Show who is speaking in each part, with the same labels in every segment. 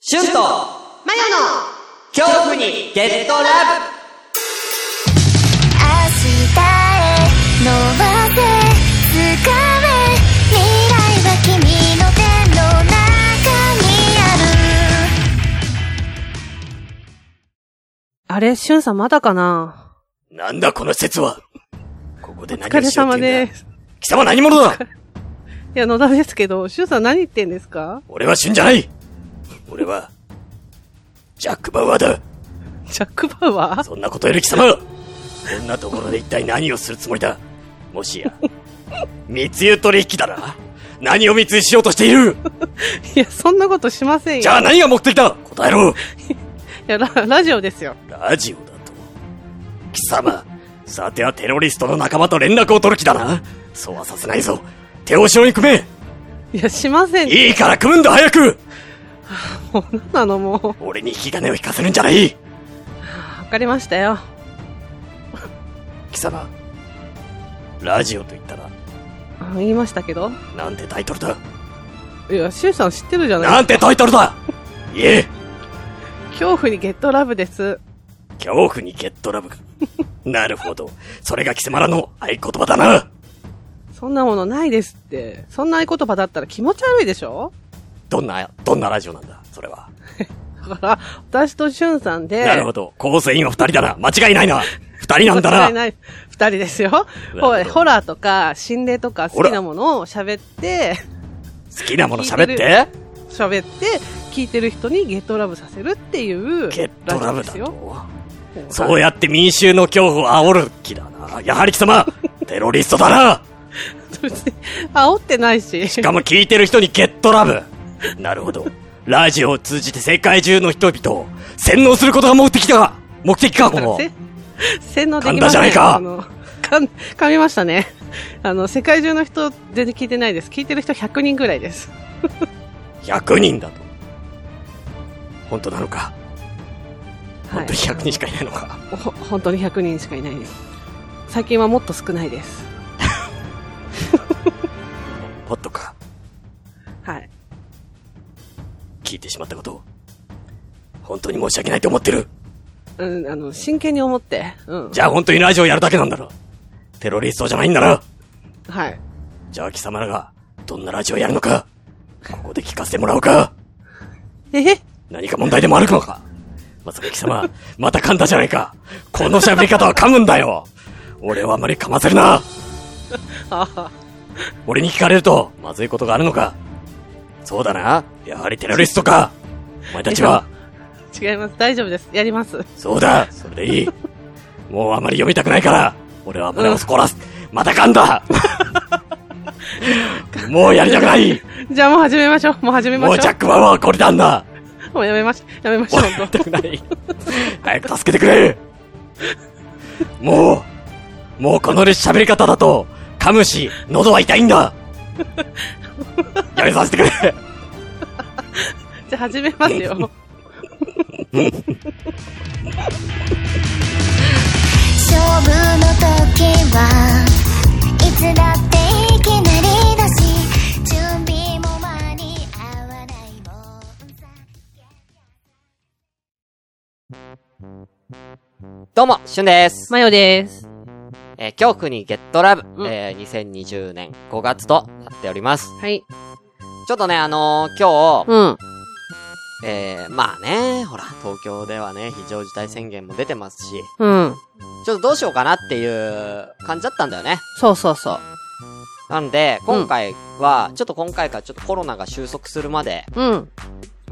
Speaker 1: シュンと
Speaker 2: マヨの
Speaker 1: 恐怖にゲットラブ
Speaker 3: 明日へ伸ばせ掴め未来は君の手の中にある
Speaker 2: あれ、しゅんさんまだかな
Speaker 4: なんだこの施設はここで何
Speaker 2: お疲
Speaker 4: を
Speaker 2: れ
Speaker 4: しようっ
Speaker 2: 様
Speaker 4: てんだ
Speaker 2: です。
Speaker 4: 貴様何者だ
Speaker 2: いや、野田ですけど、しゅんさん何言ってんですか
Speaker 4: 俺は旬じゃない俺は、ジャック・バウアーだ
Speaker 2: ジャック・バウアー
Speaker 4: そんなことより貴様こんなところで一体何をするつもりだもしや、密輸取引だな何を密輸しようとしている
Speaker 2: いや、そんなことしませんよ。
Speaker 4: じゃあ何が目的だ答えろ
Speaker 2: いやラ、ラジオですよ。
Speaker 4: ラジオだと貴様、さてはテロリストの仲間と連絡を取る気だなそうはさせないぞ手を後ろに組め
Speaker 2: いや、しません。
Speaker 4: いいから組むんだ早く
Speaker 2: もう、なんなのも、
Speaker 4: 俺に引き金を引かせるんじゃないう
Speaker 2: わかりましたよ。
Speaker 4: 貴様ラジオと言ったら
Speaker 2: あ言いましたけど。
Speaker 4: なんてタイトルだ
Speaker 2: いや、しゅんさん知ってるじゃない
Speaker 4: なんてタイトルだいえ
Speaker 2: 恐怖にゲットラブです。
Speaker 4: 恐怖にゲットラブかなるほどそれが貴様らの合言葉だな
Speaker 2: そんなものないですって。そんな合言葉だったら気持ち悪いでしょ
Speaker 4: どんなどんなラジオなんだそれは、
Speaker 2: だから、私としゅんさんで、
Speaker 4: なるほど構成員は二人だな間違いないな二人なんだ
Speaker 2: 間違い
Speaker 4: ない
Speaker 2: 二人ですよ。
Speaker 4: るほ
Speaker 2: ほ
Speaker 4: ど
Speaker 2: いホラーとか心霊とか好きなものを喋って、
Speaker 4: 好きなもの喋
Speaker 2: 聞
Speaker 4: っ
Speaker 2: い
Speaker 4: て
Speaker 2: て喋って、聞いてる人にゲットラブさせるっていう
Speaker 4: ゲットラブ
Speaker 2: ジオで
Speaker 4: だ
Speaker 2: すよ。
Speaker 4: とそうやって民衆の恐怖を煽る気だなやはり貴様テロリストだな
Speaker 2: 別に煽ってないし。
Speaker 4: しかも聞いてる人にゲットラブなるほど。ラジオを通じて世界中の人々を洗脳することが目的だ目的か、この。
Speaker 2: せ洗脳できません
Speaker 4: 噛んだじゃないか
Speaker 2: あの噛ん噛みましたね。あの、世界中の人全然聞いてないです。聞いてる人100人ぐらいです。
Speaker 4: 100人だと。本当なのか
Speaker 2: は
Speaker 4: 本
Speaker 2: い
Speaker 4: 当に100人しかいないのか、
Speaker 2: ほ本当に100人しかいないです。最近はもっと少ないです。
Speaker 4: ポッとか、
Speaker 2: はい。
Speaker 4: 聞いてしまったことを。本当に申し訳ないと思ってる。
Speaker 2: うん、あの、真剣に思って。うん。
Speaker 4: じゃあ本当にラジオやるだけなんだろテロリストじゃないんだろ
Speaker 2: はい。
Speaker 4: じゃあ貴様らが、どんなラジオやるのかここで聞かせてもらおうか
Speaker 2: え
Speaker 4: 何か問題でもあるのかまさか貴様、また噛んだじゃないか。この喋り方は噛むんだよ。俺はあまり噛ませるな。
Speaker 2: あ
Speaker 4: 俺に聞かれると、まずいことがあるのか。そうだな。やはりテロリストか。お前たちは。
Speaker 2: 違います。大丈夫です。やります。
Speaker 4: そうだ。それでいい。もうあまり読みたくないから。俺は胸を凝らす。また噛んだ。もうやりたくない。
Speaker 2: じゃあもう始めましょう。もう始めましょ
Speaker 4: も
Speaker 2: う。
Speaker 4: うジャックマンはこれなんだ。
Speaker 2: もうやめまし、やめましょう
Speaker 4: もうや
Speaker 2: 本
Speaker 4: りたくない。早く助けてくれもう、もうこの喋り方だと、噛むし、喉は痛いんだやめさせてくれ
Speaker 2: 当。じゃあ始めますよ。
Speaker 3: 勝負の時はいつだっていきなりだし準備も間に合わないもんさ
Speaker 5: どうも、しゅんです。
Speaker 2: マヨです。
Speaker 5: えー、恐怖にゲットラブ、
Speaker 2: うん
Speaker 5: えー、2020年5月となっております。
Speaker 2: はい。
Speaker 5: ちょっとね、あのー今日、
Speaker 2: うん。
Speaker 5: えー、まあね、ほら、東京ではね、非常事態宣言も出てますし、
Speaker 2: うん。
Speaker 5: ちょっとどうしようかなっていう感じだったんだよね。
Speaker 2: そうそうそう。
Speaker 5: なんで、今回は、ちょっと今回からちょっとコロナが収束するまで
Speaker 2: うん。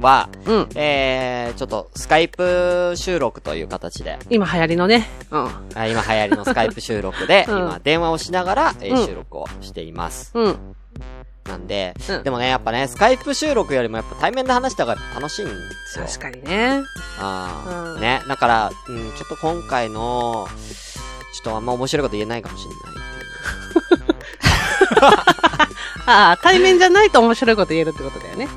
Speaker 5: は、
Speaker 2: うん。
Speaker 5: えー、ちょっとスカイプ収録という形で、
Speaker 2: 今流行りのね。うん。
Speaker 5: あ今流行りのスカイプ収録で、
Speaker 2: うん
Speaker 5: 今電話をしながら、え
Speaker 2: うん
Speaker 5: ー、収録をしています。
Speaker 2: うん。
Speaker 5: なんで、
Speaker 2: うん
Speaker 5: でもね、やっぱね、スカイプ収録よりもやっぱ対面で話した方が楽しいんですよ。
Speaker 2: 確かにね。
Speaker 5: あー
Speaker 2: うん
Speaker 5: ね、だから、うん、ちょっと今回の、ちょっとあんま面白いこと言えないかもしれない。
Speaker 2: ああ、対面じゃないと面白いこと言えるってことだよね。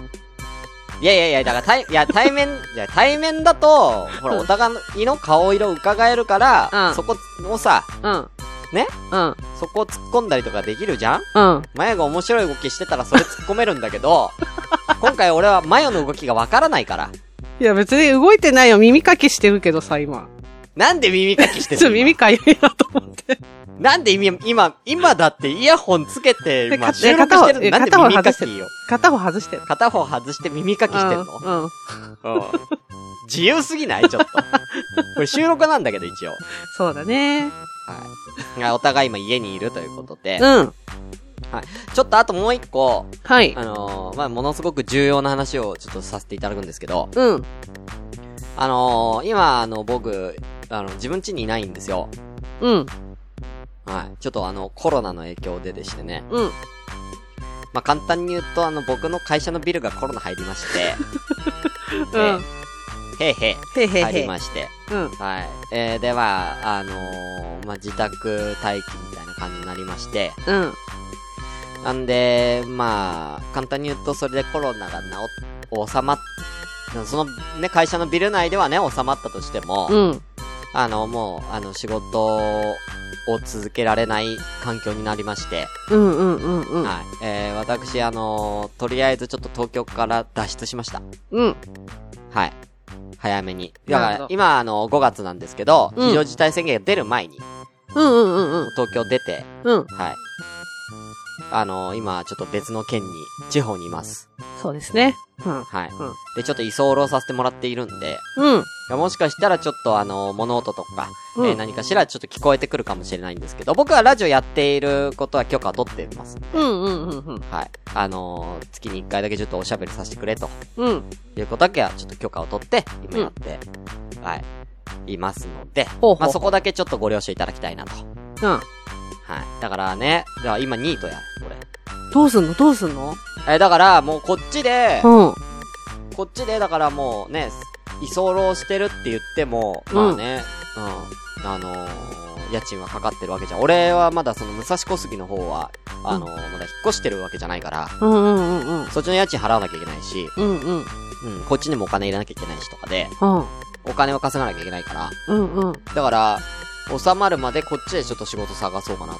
Speaker 5: いやいやいや、だから対、いや、対面、 いや、対面だと、ほら、
Speaker 2: うん
Speaker 5: お互いの顔色を伺えるか
Speaker 2: う
Speaker 5: ら
Speaker 2: ん、
Speaker 5: そこをさ、
Speaker 2: うん。
Speaker 5: ね
Speaker 2: うん。
Speaker 5: そこを突っ込んだりとかできるじゃん
Speaker 2: うん。
Speaker 5: マヤが面 白い動きしてたらそれ突っ込めるんだけど、今回俺はマヤの動きがわからないから、
Speaker 2: いや、別に動いてないよ。耳かきしてるけどさ、今。
Speaker 5: なんで耳かきし
Speaker 2: ちょ
Speaker 5: て
Speaker 2: っと
Speaker 5: る
Speaker 2: 耳かゆいなと思って。
Speaker 5: なんで今、今、今だってイヤホンつけて、
Speaker 2: で
Speaker 5: 今
Speaker 2: か
Speaker 5: 収録してるの
Speaker 2: え
Speaker 5: なんで
Speaker 2: 片方
Speaker 5: 耳か
Speaker 2: 片方外して
Speaker 5: きよ。
Speaker 2: 片方外してる。
Speaker 5: 片方外して耳かきしてんの
Speaker 2: うん。うん
Speaker 5: うん。自由すぎないちょっと。これ収録なんだけど一応。
Speaker 2: そうだね。
Speaker 5: はい。あお互い今家にいるということで。
Speaker 2: うん。
Speaker 5: ちょっとあともう一個、
Speaker 2: はい
Speaker 5: あ。のーまあ、ものすごく重要な話をちょっとさせていただくんですけど、
Speaker 2: うん。
Speaker 5: あのー今、あの、僕、あの、自分家にいないんですよ。
Speaker 2: うん。
Speaker 5: はい。ちょっとあの、コロナの影響ででしてね。
Speaker 2: うん。
Speaker 5: まあ、簡単に言うと、あの、僕の会社のビルがコロナ入りまして、
Speaker 2: うん。
Speaker 5: へいへ
Speaker 2: へ
Speaker 5: い、
Speaker 2: いへい
Speaker 5: 入
Speaker 2: へ
Speaker 5: り
Speaker 2: い。
Speaker 5: まして。
Speaker 2: うん。
Speaker 5: はい。えー、では、あのーまあ、自宅待機みたいな感じになりまして、
Speaker 2: うん。
Speaker 5: なんで、まあ、簡単に言うと、それでコロナが治っ、収まっ、そのね、会社のビル内ではね、収まったとしても、
Speaker 2: うん。
Speaker 5: あの、もう、あの、仕事を続けられない環境になりまして、
Speaker 2: うん。うん。うん。うん。
Speaker 5: はい。えー、私、あの、とりあえずちょっと東京から脱出しました。
Speaker 2: うん。
Speaker 5: はい。早めに。だ
Speaker 2: なる
Speaker 5: か
Speaker 2: ほど
Speaker 5: ら、今、あの、5月なんですけど、
Speaker 2: うん
Speaker 5: 非常事態宣言が出る前に、
Speaker 2: うん。うん。うん。
Speaker 5: 東京出て、
Speaker 2: うん。
Speaker 5: はい。あの、今、ちょっと別の県に、地方にいます。
Speaker 2: そうですね。うん。
Speaker 5: はい。
Speaker 2: ん
Speaker 5: で、ちょっと居候させてもらっているんで、
Speaker 2: うん。
Speaker 5: もしかしたらちょっとあの、物音とか、
Speaker 2: うん
Speaker 5: えー何かしらちょっと聞こえてくるかもしれないんですけど、僕はラジオやっていることは許可取ってます。
Speaker 2: うん。うん。うん。うん。
Speaker 5: はい。あのー月に1回だけちょっとおしゃべりさせてくれと
Speaker 2: うん。
Speaker 5: いうことだけはちょっと許可を取って、今やって、はい。いますので、
Speaker 2: ほうほう
Speaker 5: まあ、そこだけちょっとご了承いただきたいなと。
Speaker 2: うん。
Speaker 5: はい。だからね、だから今ニートや、俺。
Speaker 2: どうすんのどうすんの
Speaker 5: えー、だからもうこっちで
Speaker 2: う、ん。
Speaker 5: こっちで、だからもうね、居候してるって言っても、
Speaker 2: うん
Speaker 5: まあね、うん、あのー、家賃はかかってるわけじゃん。俺はまだその武蔵小杉の方は、あのーまだ引っ越してるわけじゃないから、
Speaker 2: うん。うん。うん。うん。
Speaker 5: そっちの家賃払わなきゃいけないし、
Speaker 2: うん。うん。
Speaker 5: うん、こっちにもお金入れなきゃいけないしとかで、
Speaker 2: うん。
Speaker 5: お金は稼がなきゃいけないから、
Speaker 2: うん。うん。
Speaker 5: だから、収まるまでこっちでちょっと仕事探そうかな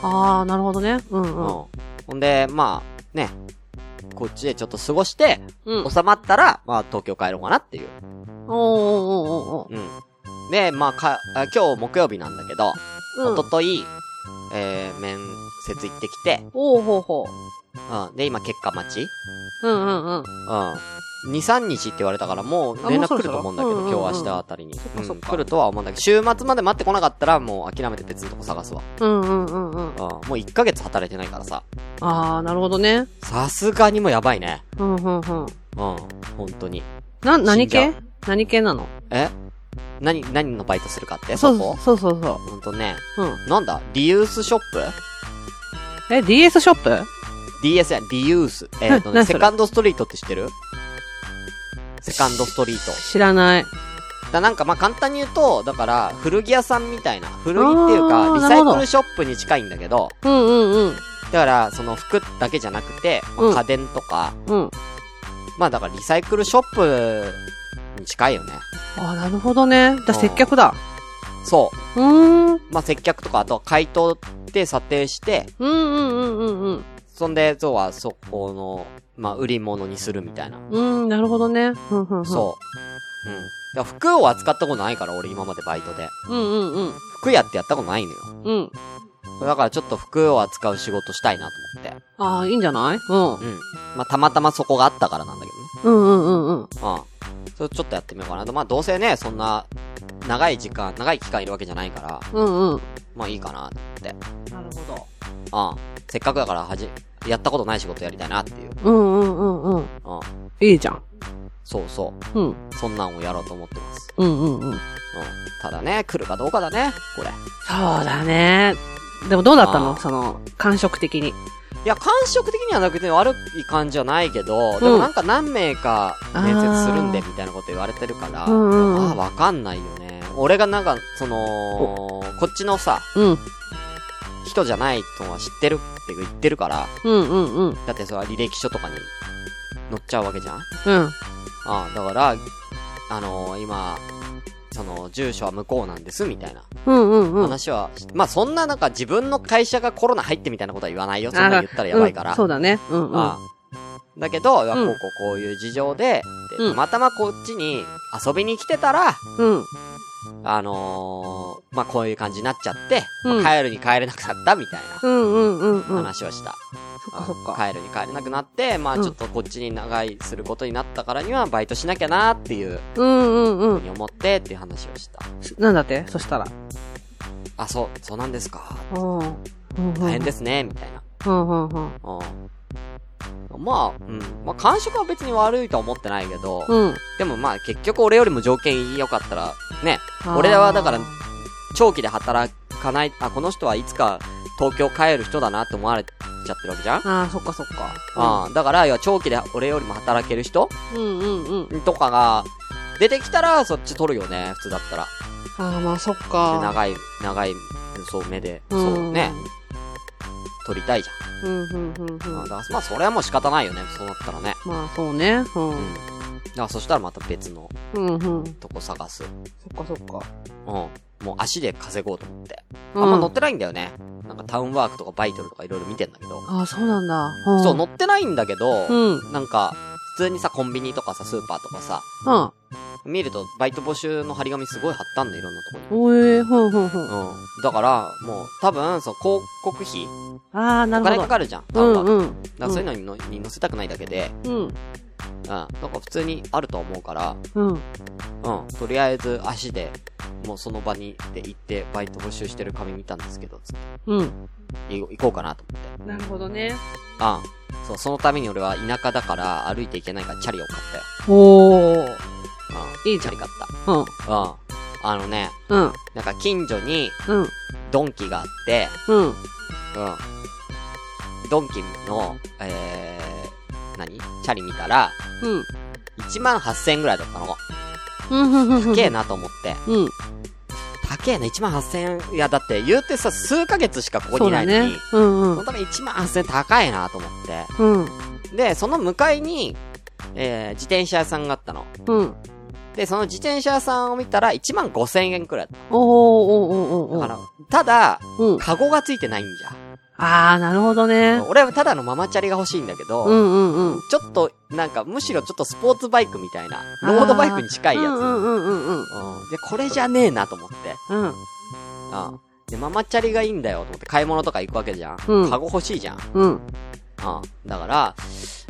Speaker 5: と。
Speaker 2: ああ、なるほどね。うん。う
Speaker 5: うん
Speaker 2: ん。。
Speaker 5: ほんで、まあ、ね、こっちでちょっと過ごして、
Speaker 2: うん。
Speaker 5: 収まったら、まあ東京帰ろうかなっていう。
Speaker 2: おーおーおーおー
Speaker 5: うん。で、まあ、か、あ今日木曜日なんだけど、
Speaker 2: おー。うん。
Speaker 5: 一昨日えー、面接行ってきて、
Speaker 2: おーほうほ
Speaker 5: うん。で、今結果待ち
Speaker 2: う。うんうんうん。
Speaker 5: うん。2、3日って言われたから、もう連
Speaker 2: あもう
Speaker 5: 絡
Speaker 2: そ
Speaker 5: 来
Speaker 2: ろ
Speaker 5: る
Speaker 2: そろ
Speaker 5: と思うんだけど、
Speaker 2: うんうんうん
Speaker 5: 今日明日あたりに
Speaker 2: そっ。かそっ
Speaker 5: ん、
Speaker 2: か
Speaker 5: 来るとは思うんだけど、週末まで待ってこなかったら、もう諦めて別のとこ探すわ。
Speaker 2: うんうんうんうん
Speaker 5: うん。。もう1ヶ月働いてないからさ、
Speaker 2: ああ、なるほどね。
Speaker 5: さすがにもうやばいね。
Speaker 2: うんう
Speaker 5: う
Speaker 2: んうん。
Speaker 5: ん。本当に。
Speaker 2: な、
Speaker 5: 死ん
Speaker 2: 何
Speaker 5: じゃう
Speaker 2: 系何系なの
Speaker 5: え何、何のバイトするかって
Speaker 2: そ
Speaker 5: そうこ
Speaker 2: そうそうそ
Speaker 5: ほんとね。
Speaker 2: う。うん。
Speaker 5: なんだリユースショップ
Speaker 2: え、DS ショップ
Speaker 5: DS やリユース。えっ、とね、
Speaker 2: 何
Speaker 5: セ
Speaker 2: それ
Speaker 5: カンドストリートって知ってるセカンドストリート。
Speaker 2: 知らない。
Speaker 5: だなんかまあ簡単に言うと、だから古着屋さんみたいな、古着っていう
Speaker 2: あ
Speaker 5: か
Speaker 2: ー
Speaker 5: リサイ
Speaker 2: なる
Speaker 5: ク
Speaker 2: ほ
Speaker 5: ル
Speaker 2: ど
Speaker 5: ショップに近いんだけど、
Speaker 2: うんうんうん。
Speaker 5: だからその服だけじゃなくて、まあ
Speaker 2: うん
Speaker 5: 家電とか、
Speaker 2: うん。
Speaker 5: まあだからリサイクルショップに近いよね。
Speaker 2: ああ、なるほどね。だ、接客だ。
Speaker 5: そう
Speaker 2: ーん。
Speaker 5: う。まあ接客とか、あとは回答で査定して、
Speaker 2: うんうんうんうんうん。
Speaker 5: そんで、そうはそこの、まあ売り物にするみたいな。
Speaker 2: うん、なるほどね。うんうんうん。
Speaker 5: そう。うん。だから服を扱ったことないから、俺今までバイトで。
Speaker 2: う。うんうんうん。
Speaker 5: 服屋ってやったことないのよ。
Speaker 2: うん。
Speaker 5: だからちょっと服を扱う仕事したいなと思っ
Speaker 2: ああ、いいんじゃないうん。うん
Speaker 5: て。うん。まあ、たまたまそこがあったからなんだけ
Speaker 2: うんうんう
Speaker 5: ど
Speaker 2: ん。
Speaker 5: ね。うん。それちょっとやってみようかなと。まあ、どうせね、そんな、長い時間、長い期間いるわけじゃないから、
Speaker 2: うんうん。
Speaker 5: まあいいかな
Speaker 2: なるほど。
Speaker 5: と。うん。せっかくだから、はじ、やったことない仕事やりたいなっていう。
Speaker 2: うんうんうんうん。
Speaker 5: うん。
Speaker 2: いいじゃん。
Speaker 5: そうそう。
Speaker 2: うん。
Speaker 5: そんなんをやろうと思ってます。
Speaker 2: うんうんうん。
Speaker 5: うん。ただね、来るかどうかだね、これ。
Speaker 2: そうだね。でもどうだった
Speaker 5: あ
Speaker 2: の
Speaker 5: ー
Speaker 2: その、感触的に。
Speaker 5: いや、感触的にはなくて悪い感じはないけど、でもなんか何名か面接するんで
Speaker 2: あ
Speaker 5: みたいなこと言われてるから、あ
Speaker 2: うんうんうん
Speaker 5: あ、わかんないよね。俺がなんか、その、こっちのさ、
Speaker 2: うん。
Speaker 5: 人じゃないとは知ってるって言ってるから、
Speaker 2: うんうんうん。
Speaker 5: だってそれは履歴書とかに載っちゃうわけじゃんあ
Speaker 2: うん。
Speaker 5: あ、だから、あのー今、その、住所は向こうなんです、みたいな
Speaker 2: うんうんうん。
Speaker 5: 話は、まあそんななんか自分の会社がコロナ入ってみたいなことは言わないよ。そんな
Speaker 2: あ
Speaker 5: ん言ったらやばいから。
Speaker 2: うんそうだね。うんうん。
Speaker 5: あだけど、いや
Speaker 2: うん
Speaker 5: こうこうこういう事情で、で
Speaker 2: うん
Speaker 5: たまたまこっちに遊びに来てたら、
Speaker 2: うん。
Speaker 5: あのーまあ、こういう感じになっちゃって、
Speaker 2: うん
Speaker 5: まあ帰るに帰れなくなったみたい
Speaker 2: うんうんうん
Speaker 5: な
Speaker 2: うん。
Speaker 5: 話をした。
Speaker 2: そっかそっか。
Speaker 5: 帰るに帰れなくなって、まあ
Speaker 2: うん
Speaker 5: ちょっとこっちに長居することになったからには、バイトしなきゃなっていう
Speaker 2: うんうんう。
Speaker 5: ふうんに思ってっていう話をした。
Speaker 2: なんだってそしたら。
Speaker 5: あ、そう、そうなんですか。
Speaker 2: うん。。
Speaker 5: 大変ですすね、みたいな。
Speaker 2: うんうんうん。
Speaker 5: うん。まあ、うん。まあ感触は別に悪いとは思ってないけど、
Speaker 2: うん。
Speaker 5: でもまあ結局俺よりも条件良かったら、ね、俺らはだから
Speaker 2: あー、
Speaker 5: 長期で働かない、あ、この人はいつか東京帰る人だなって思われちゃってるわけじゃん、
Speaker 2: あー、そっかそっか。
Speaker 5: ああだから、要は長期で俺よりも働ける人
Speaker 2: うんうんうん。
Speaker 5: とかが出てきたらそっち取るよね、普通だったら。
Speaker 2: ああ、まあそっ
Speaker 5: で
Speaker 2: か。
Speaker 5: 長い、長い、そう、目で、
Speaker 2: ん
Speaker 5: そうね、取りたいじゃ
Speaker 2: うんうんうんうん。
Speaker 5: ん。ああだからまあ、それはもう仕方ないよね、そうなったらね。
Speaker 2: まあそうね。う。
Speaker 5: うんん。だからそしたらまた別の
Speaker 2: うんうん。そ
Speaker 5: とこ探す。うん。
Speaker 2: っかそっか。
Speaker 5: もう足で稼ごうと思って。
Speaker 2: うん
Speaker 5: あんま乗ってないんだよね。なんかタウンワークとかバイトルとかいろいろ見てんだけど。
Speaker 2: ああ、そうなんだ。うん
Speaker 5: そう、乗ってないんだけど、
Speaker 2: うん。うん。
Speaker 5: なんか、普通にさ、コンビニとかさ、スーパーとかさ、見ると、バイト募集の張り紙すごい貼ったんだよ、いろんなとこに。
Speaker 2: おえー、ほんほんほん。
Speaker 5: うん。だから、もう、多分、そう、広告費
Speaker 2: ああ、な
Speaker 5: お
Speaker 2: る
Speaker 5: 金
Speaker 2: ほ
Speaker 5: か
Speaker 2: ど。
Speaker 5: かるじゃん。
Speaker 2: う
Speaker 5: タウンワー
Speaker 2: ん
Speaker 5: クだか
Speaker 2: うん。
Speaker 5: らそういうのにのに載せたくないだけで、
Speaker 2: うん。
Speaker 5: うん。なんか普通にあると思うから、
Speaker 2: うん。
Speaker 5: うん。とりあえず足で、もうその場にで行って、バイト募集してる紙見たんですけど、つっ
Speaker 2: うん。
Speaker 5: てい行こうかなと思って。
Speaker 2: なるほどね。
Speaker 5: ああそう、そのために俺は田舎だから歩いていけないからチャリを買ったよ。
Speaker 2: おー。
Speaker 5: うん。
Speaker 2: いいじ
Speaker 5: チャ
Speaker 2: ゃん
Speaker 5: リ買った。
Speaker 2: うん。
Speaker 5: うん。あのね、
Speaker 2: うん。
Speaker 5: なんか近所に
Speaker 2: うん。
Speaker 5: ドンキがあって、
Speaker 2: うん。
Speaker 5: うん。ドンキの、えー、何チャリ見たら、
Speaker 2: うん。
Speaker 5: 1万8000円ぐらいだったの。
Speaker 2: うん。うん。うん。
Speaker 5: 高えなと思って。
Speaker 2: うん。
Speaker 5: 高えな、1万8000円。いや、だって言うてさ、数ヶ月しかここ
Speaker 2: そ
Speaker 5: にい
Speaker 2: う
Speaker 5: な
Speaker 2: だ
Speaker 5: いのに、
Speaker 2: ね。うんう
Speaker 5: そ
Speaker 2: ん
Speaker 5: の。ため1万8000円高いなと思っ
Speaker 2: うん。
Speaker 5: て。で、その向かいに、えー、自転車屋さんがあったの。
Speaker 2: うん。
Speaker 5: で、その自転車屋さんを見たら1万5000円くらいだっ
Speaker 2: おーおーおーお
Speaker 5: た。
Speaker 2: ーお
Speaker 5: だ
Speaker 2: ー
Speaker 5: から、ただ、
Speaker 2: うん。
Speaker 5: カゴがついてないんじゃ。
Speaker 2: ああ、なるほどね。
Speaker 5: 俺はただのママチャリが欲しいんだけど、
Speaker 2: うんうんうん。
Speaker 5: ちょっと、なんか、むしろちょっとスポーツバイクみたいな、ロードバイクに近いやつ。
Speaker 2: うんうんうんうんうん。
Speaker 5: うんで、これじゃねえなと思って。
Speaker 2: うん。
Speaker 5: うん。で、ママチャリがいいんだよと思って買い物とか行くわけじゃん。
Speaker 2: うん
Speaker 5: カゴ欲しいじゃん。う
Speaker 2: うん。
Speaker 5: ん。だから、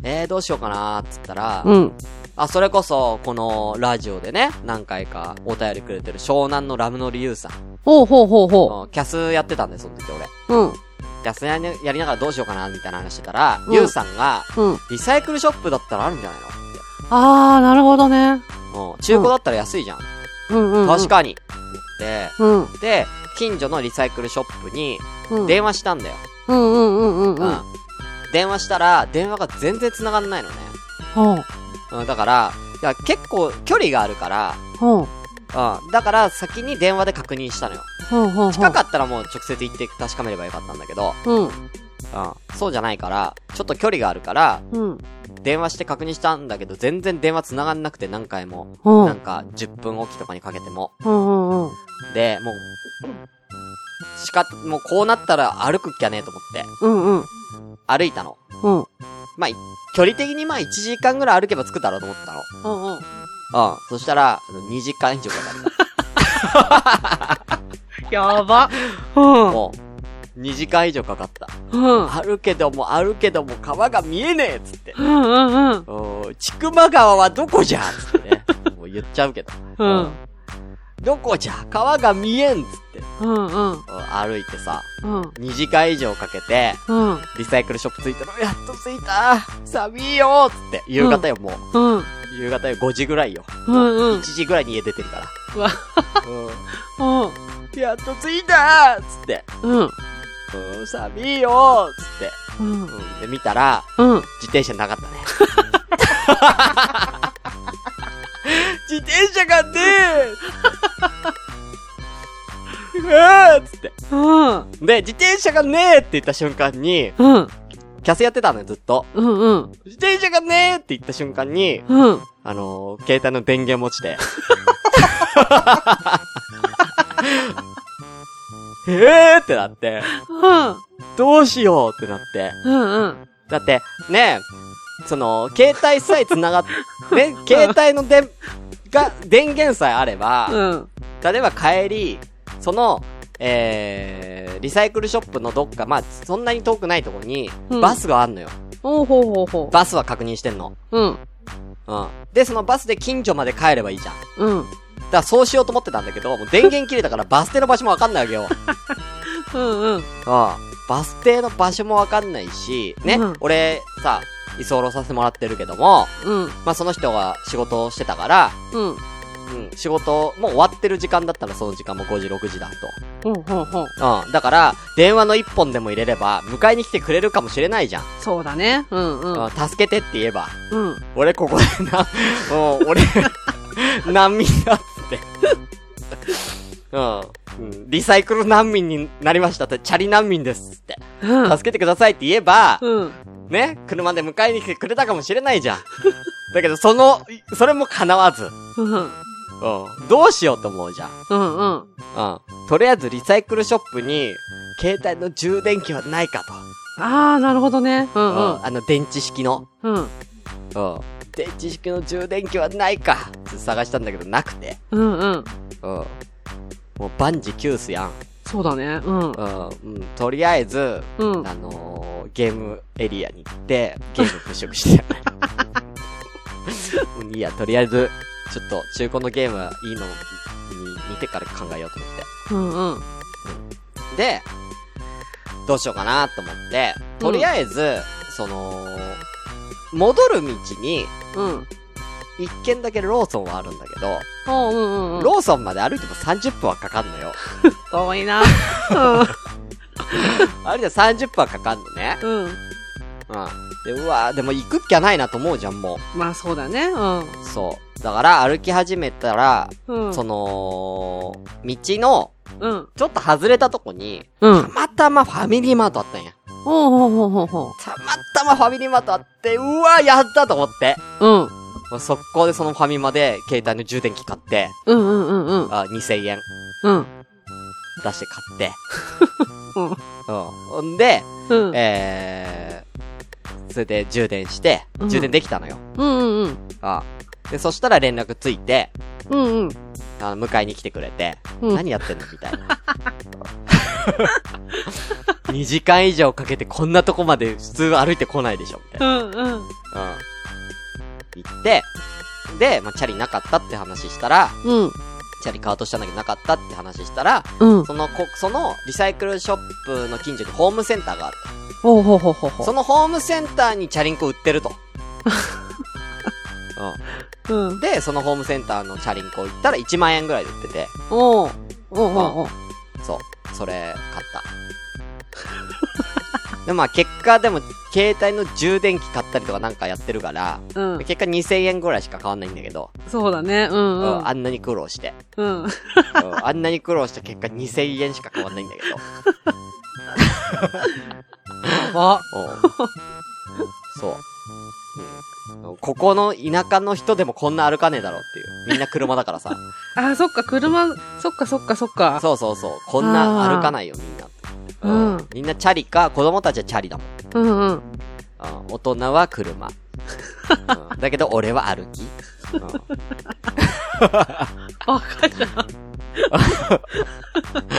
Speaker 5: えー、どうしようかなーっつったら、
Speaker 2: うん。
Speaker 5: あ、それこそ、このラジオでね、何回かお便りくれてる湘南のラムノリユウさん。
Speaker 2: ほうほうほうほ
Speaker 5: うんキャスやってたんで、その時俺。
Speaker 2: う。うん。
Speaker 5: キャスや,、やりながらどうしようかな、みたいな話してたら、
Speaker 2: うん
Speaker 5: ユウさんが、
Speaker 2: うん。
Speaker 5: リサイクルショップだったらあるんじゃないのって。
Speaker 2: ああ、なるほどね。
Speaker 5: うん。中古だったら安いじゃん。
Speaker 2: うんうん。
Speaker 5: 確。かに。で、
Speaker 2: うん。
Speaker 5: で、近所のリサイクルショップに
Speaker 2: うん。
Speaker 5: 電話したんだよ。
Speaker 2: うんうんうんうん
Speaker 5: う。
Speaker 2: うんん。
Speaker 5: 電話したら、電話が全然繋がんないのね。
Speaker 2: ほう。
Speaker 5: うん、だから、いや、結構距離があるから、
Speaker 2: ほ
Speaker 5: う
Speaker 2: う。
Speaker 5: ん。だから先に電話で確認したのよ。
Speaker 2: ほうほう。
Speaker 5: 近かったらもう直接行って確かめればよかったんだけど、
Speaker 2: うん。
Speaker 5: うん。そうじゃないから、ちょっと距離があるから、
Speaker 2: うん。
Speaker 5: 電話して確認したんだけど、全然電話繋がんなくて何回も。
Speaker 2: うん。
Speaker 5: なんか、10分おきとかにかけても。
Speaker 2: うんうんうん。
Speaker 5: で、もう、しか、もうこうなったら歩くっきゃねえと思って、
Speaker 2: うんうん。
Speaker 5: 歩いたの。
Speaker 2: うん。
Speaker 5: まあ、い距離的にまあ1時間ぐらい歩けば着くだろうと思った
Speaker 2: うんうん。
Speaker 5: の。うん。そしたら、あの2時間以上かかっ
Speaker 2: やば。
Speaker 5: た。
Speaker 2: う
Speaker 5: もう、2時間以上かかった。
Speaker 2: ん。うん。
Speaker 5: あるけども、あるけども、川が見えねえっつって。
Speaker 2: うんうんうん。
Speaker 5: おー、千曲川はどこじゃっつってね。もう言っちゃうけど。
Speaker 2: うん。
Speaker 5: どこじゃ川が見えんっつって。
Speaker 2: うんうん。
Speaker 5: お歩いてさ、
Speaker 2: うん。
Speaker 5: 2時間以上かけて、
Speaker 2: うん。
Speaker 5: リサイクルショップ着いたの、やっと着いた寒いよっつって。夕方よ、もう。
Speaker 2: うん。
Speaker 5: 夕方よ、5時ぐらいよ。
Speaker 2: うんうん
Speaker 5: 1。時ぐらいに家出てるから。
Speaker 2: うわ。
Speaker 5: うん。
Speaker 2: うん。
Speaker 5: やっと着いたーっつって、
Speaker 2: うん。
Speaker 5: うん、寒いよーっつって、
Speaker 2: うん。
Speaker 5: うん、で、見たら、
Speaker 2: うん。
Speaker 5: 自転車な かったね。自転車がね えうわーっつって。
Speaker 2: うん。
Speaker 5: で、自転車がねえって言った瞬間に、
Speaker 2: うん。
Speaker 5: キャスやってたのよ、ずっと。
Speaker 2: うんうん。
Speaker 5: 自転車がねえって言った瞬間に、
Speaker 2: うん。
Speaker 5: あのー、携帯の電源持ちで。えーってなって。
Speaker 2: うん。
Speaker 5: どうしようってなって。
Speaker 2: うんうん。
Speaker 5: だって、ねえ、その、携帯さえ繋がっ、ね、携帯の電、が、電源さえあれば、
Speaker 2: うん。
Speaker 5: 例えば帰り、その、えー、リサイクルショップのどっか、まあ、そんなに遠くないとこに、
Speaker 2: うん
Speaker 5: バスがあんのよ。
Speaker 2: おうほうほうほ
Speaker 5: バスは確認してんの。
Speaker 2: う。うん。
Speaker 5: うん。で、そのバスで近所まで帰ればいいじゃん。
Speaker 2: うん。
Speaker 5: だからそうしようと思ってたんだけど、もう電源切れたからバス停の場所もわかんないわけよ。うん。
Speaker 2: うんうん。
Speaker 5: バス停の場所もわかんないし、ね、
Speaker 2: うん
Speaker 5: 俺、さ、居候させてもらってるけども、
Speaker 2: うん。
Speaker 5: まあその人が仕事をしてたから、
Speaker 2: うん。
Speaker 5: うん、仕事、もう終わってる時間だったらその時間も5時、6時だ
Speaker 2: ほうほうほう。
Speaker 5: と。うん。だから、電話の1本でも入れれば、迎えに来てくれるかもしれないじゃん。
Speaker 2: そうだね。うんう。
Speaker 5: うんん、助けてって言えば、
Speaker 2: うん。
Speaker 5: 俺ここでな、 うん、俺、難民だっつって。 うん、うん。リサイクル難民になりましたって、チャリ難民ですっつって。
Speaker 2: うん。
Speaker 5: 助けてくださいって言えば、
Speaker 2: うん。
Speaker 5: ね、車で迎えに来てくれたかもしれないじゃん。だけど、その、それも叶わず。
Speaker 2: うん。
Speaker 5: うん。どうしようと思うじゃん。
Speaker 2: うんう
Speaker 5: う
Speaker 2: ん。
Speaker 5: ん。とりあえずリサイクルショップに、携帯の充電器はないか
Speaker 2: ああ、なるほどね。う
Speaker 5: と。う。
Speaker 2: んうん
Speaker 5: あの、電池式の。
Speaker 2: ん。うん。
Speaker 5: うん。電池式の充電器はないかって探したんだけど、なくて。
Speaker 2: うんうん。
Speaker 5: うん。もう万事休すやん。
Speaker 2: そうだね。うん
Speaker 5: う。ん。うん、とりあえず、
Speaker 2: うん
Speaker 5: あのー、ゲームエリアに行って、ゲーム物色して。 うんいや、とりあえず、ちょっと中古のゲームいいのに見てから考えようと思って。
Speaker 2: うんうん。
Speaker 5: で、どうしようかなと思って、とりあえず、その、戻る道に、
Speaker 2: うん。
Speaker 5: 一軒だけローソンはあるんだけど、
Speaker 2: おううんうんうん。
Speaker 5: ローソンまで歩いても30分はかかんのよ。
Speaker 2: 遠いな。う
Speaker 5: あれじゃ30分はかかんのね。
Speaker 2: ん。うん。
Speaker 5: うん。で、うわーでも行くっきゃないなと思うじゃん、も
Speaker 2: まあそうだね。うん。
Speaker 5: う。そう。だから歩き始めたら、
Speaker 2: うん。
Speaker 5: その、道の、
Speaker 2: うん。
Speaker 5: ちょっと外れたとこに、
Speaker 2: うん
Speaker 5: た。またまファミリーマートあったんや。
Speaker 2: ほうほうほうほうほ
Speaker 5: たまたまファミリーマートあって、うわーやったと思って。
Speaker 2: う。うん。
Speaker 5: もう速攻でそのファミマで携帯の充電器買って、
Speaker 2: うんうんうんうん。
Speaker 5: あ、2000円
Speaker 2: うん。
Speaker 5: 出して買って。
Speaker 2: うん
Speaker 5: うん。んで、
Speaker 2: うん。
Speaker 5: えー、それで充電して、
Speaker 2: うん
Speaker 5: 充電できたのよ。
Speaker 2: うんうんうん。
Speaker 5: あで、そしたら連絡ついて、
Speaker 2: うんうん。
Speaker 5: あの、迎えに来てくれて、
Speaker 2: うん
Speaker 5: 何やってんのみたいな。2時間以上かけてこんなとこまで普通歩いてこないでしょ、みたいな。
Speaker 2: うんうん。
Speaker 5: うん。行って、で、まあ、チャリなかったって話したら、
Speaker 2: うん。
Speaker 5: チャリ買おうとしたんだけどなかったって話したら、
Speaker 2: うん。
Speaker 5: そのこ、そのリサイクルショップの近所にホームセンターがある
Speaker 2: ほうほうほうほうほ
Speaker 5: と。
Speaker 2: う。
Speaker 5: そのホームセンターにチャリンコ売ってると。
Speaker 2: うん。
Speaker 5: で、そのホームセンターのチャリンコ行ったら1万円ぐらいで売ってて、
Speaker 2: おう。おうおうおう。
Speaker 5: そう。それ、買った。で、まあ結果でも、携帯の充電器買ったりとかなんかやってるから、
Speaker 2: うん。
Speaker 5: 結果2000円ぐらいしか変わんないんだけど、
Speaker 2: そうだね。うん
Speaker 5: う
Speaker 2: うん
Speaker 5: ん、あんなに苦労して、
Speaker 2: うん。
Speaker 5: うんあんなに苦労した結果2000円しか変わんないんだけど。
Speaker 2: あ。
Speaker 5: うんそう。うんここの田舎の人でもこんな歩かねえだろうっていう。みんな車だからさ。
Speaker 2: あ、そっか、車、そっかそっかそっか。
Speaker 5: そうそうそう。こんな歩かないよ、みんな。
Speaker 2: うん
Speaker 5: うんみんなチャリか、子供たちはチャリだもん。
Speaker 2: うんう
Speaker 5: う
Speaker 2: ん。
Speaker 5: ん大人は車。うんだけど俺は歩き。うん
Speaker 2: あ、かちゃん。
Speaker 5: うんで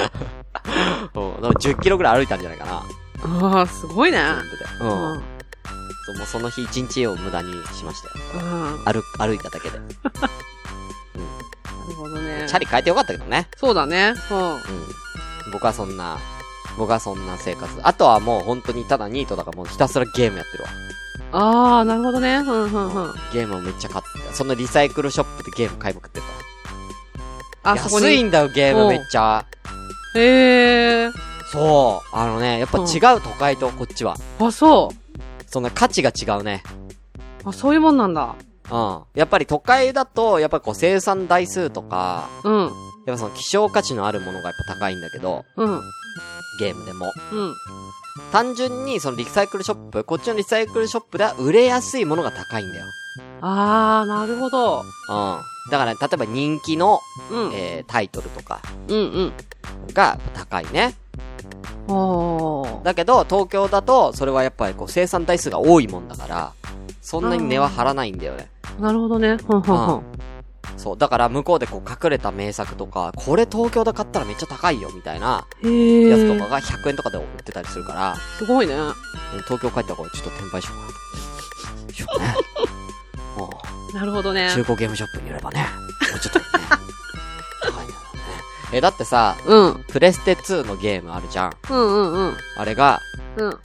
Speaker 5: も10キロぐらい歩いたんじゃないかな。
Speaker 2: ああ、すごいね。
Speaker 5: 全部で。う
Speaker 2: うんん。うん。
Speaker 5: そうもうその日一日を無駄にしましたよ。歩、歩いただけで。
Speaker 2: なるほどね。
Speaker 5: チャリ変えてよかったけどね。
Speaker 2: そうだね。うん。
Speaker 5: うん。僕はそんな、僕はそんな生活。あとはもう本当にただニートだからもうひたすらゲームやってるわ。
Speaker 2: ああ、なるほどね。うんうんうん。
Speaker 5: ゲームをめっちゃ買って、そのリサイクルショップでゲーム買いまくってるから。
Speaker 2: あ、そこ
Speaker 5: 安いん
Speaker 2: に。
Speaker 5: だよ、ゲームめっちゃ。
Speaker 2: へえ。
Speaker 5: そう。あのね、やっぱ違う都会とこっちは。
Speaker 2: あ、そ
Speaker 5: そんな価値が違うね。
Speaker 2: う。あ、そういうもんなんだ。
Speaker 5: うん。やっぱり都会だと、やっぱこう生産台数とか、
Speaker 2: うん。
Speaker 5: やっぱその希少価値のあるものがやっぱ高いんだけど、
Speaker 2: うん。
Speaker 5: ゲームでも。
Speaker 2: うん。
Speaker 5: 単純にそのリサイクルショップ、こっちのリサイクルショップでは売れやすいものが高いんだよ。
Speaker 2: ああ、なるほど。
Speaker 5: うん。だから、例えば人気の、
Speaker 2: うん。
Speaker 5: えー、タイトルとか
Speaker 2: うん
Speaker 5: が高いね。
Speaker 2: うん。おー。
Speaker 5: だけど、東京だと、それはやっぱりこう、生産台数が多いもんだから、そんなに根は張らないんだよね。
Speaker 2: なるほどね。ほんほんほん。
Speaker 5: そう。だから向こうでこう隠れた名作とか、これ東京で買ったらめっちゃ高いよみたいな
Speaker 2: へ
Speaker 5: やつとか
Speaker 2: え。
Speaker 5: が100円とかで売ってたりするから、
Speaker 2: すごいね。
Speaker 5: うん東京帰ったからちょっと転売しようかな。しようかね。も
Speaker 2: なるほどね
Speaker 5: う、。中古ゲームショップによればね、もうちょっとね、高いのよね。え、だってさ、
Speaker 2: うん。うん
Speaker 5: プレステ2のゲームあるじゃん。
Speaker 2: うんうん。
Speaker 5: あれが、
Speaker 2: うん。
Speaker 5: 10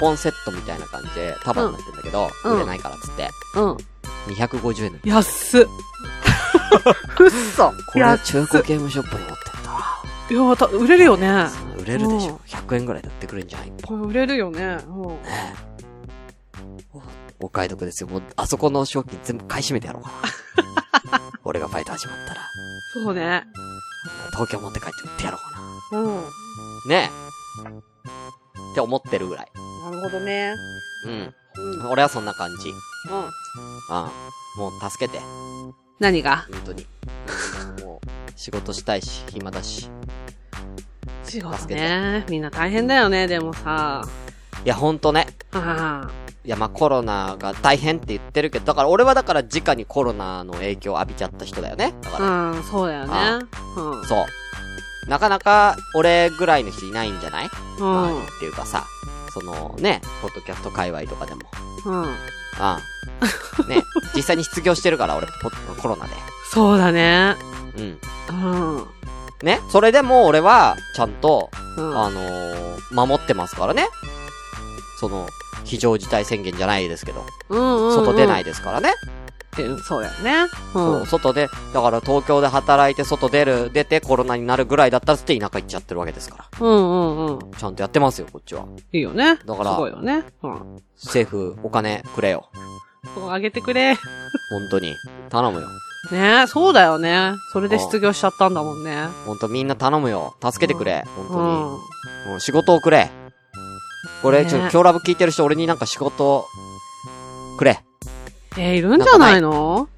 Speaker 5: 本セットみたいな感じで束になってんだけど、
Speaker 2: うん
Speaker 5: 売れないからっつって、
Speaker 2: うん。
Speaker 5: 250円で。
Speaker 2: 安っ。うっそ。
Speaker 5: これ中古ゲームショップに持ってった
Speaker 2: いや、た売れるよね。
Speaker 5: ら、売れるでし
Speaker 2: うん
Speaker 5: ょ。100円ぐらいで売ってくれんじゃん、1
Speaker 2: こ
Speaker 5: 本。
Speaker 2: れ売れるよね。うん。
Speaker 5: ねおお買い得ですよ。もう、あそこの賞金全部買い占めてやろうか な。俺がファイト始まったら、
Speaker 2: そうね。
Speaker 5: 東京持って帰って売ってやろうか
Speaker 2: うん。
Speaker 5: な。ねえ。って思ってるぐらい。
Speaker 2: なるほどね。
Speaker 5: うん。
Speaker 2: うん。うん。
Speaker 5: 俺はそんな感じ。ああもう助けて。
Speaker 2: 何が
Speaker 5: 本当に。 もう、仕事したいし、暇だし。
Speaker 2: 仕事
Speaker 5: 助け
Speaker 2: ね。みんな大変だよね、でもさ。
Speaker 5: いや、ほんとね。
Speaker 2: ああ。
Speaker 5: いや、まあ、コロナが大変って言ってるけど、だから俺はだから直にコロナの影響を浴びちゃった人だよね。だから、
Speaker 2: うん、そうだよ
Speaker 5: あ
Speaker 2: ね。うん。
Speaker 5: そう。なかなか俺ぐらいの人いないんじゃない、ま
Speaker 2: うん
Speaker 5: あ、っていうかさ、そのね、ポッドキャスト界隈とかでも。
Speaker 2: うん。
Speaker 5: あ あね、実際に失業してるから俺、ポコロナで。
Speaker 2: そうだね。
Speaker 5: うん。
Speaker 2: うん。うん。
Speaker 5: ね、それでも俺は、ちゃんと、あのー守ってますからね。その、非常事態宣言じゃないですけど、
Speaker 2: うんうん。
Speaker 5: 外出ないいですからね。
Speaker 2: っていう。そうだよね。
Speaker 5: そう、外で、だから東京で働いて外出る、出てコロナになるぐらいだったらつって田舎行っちゃってるわけですから。
Speaker 2: うん。うんうんうん。
Speaker 5: ちゃんとやってますよ、こっちは。
Speaker 2: いいよね。
Speaker 5: だから
Speaker 2: すごいよね。うん。
Speaker 5: 政府、お金くれよ。
Speaker 2: こうあげてくれ。
Speaker 5: 本当に。頼むよ。
Speaker 2: ねそうだよね。それで失業しちゃったんだもんね。
Speaker 5: 本当みんな頼むよ。助けてくれ。本
Speaker 2: う
Speaker 5: 当
Speaker 2: ん。
Speaker 5: に。もう仕事をくれ。これ、
Speaker 2: ね
Speaker 5: ちょ、今日ラブ聞いてる人、俺になんか仕事、くれ。
Speaker 2: えー、いるんじゃないの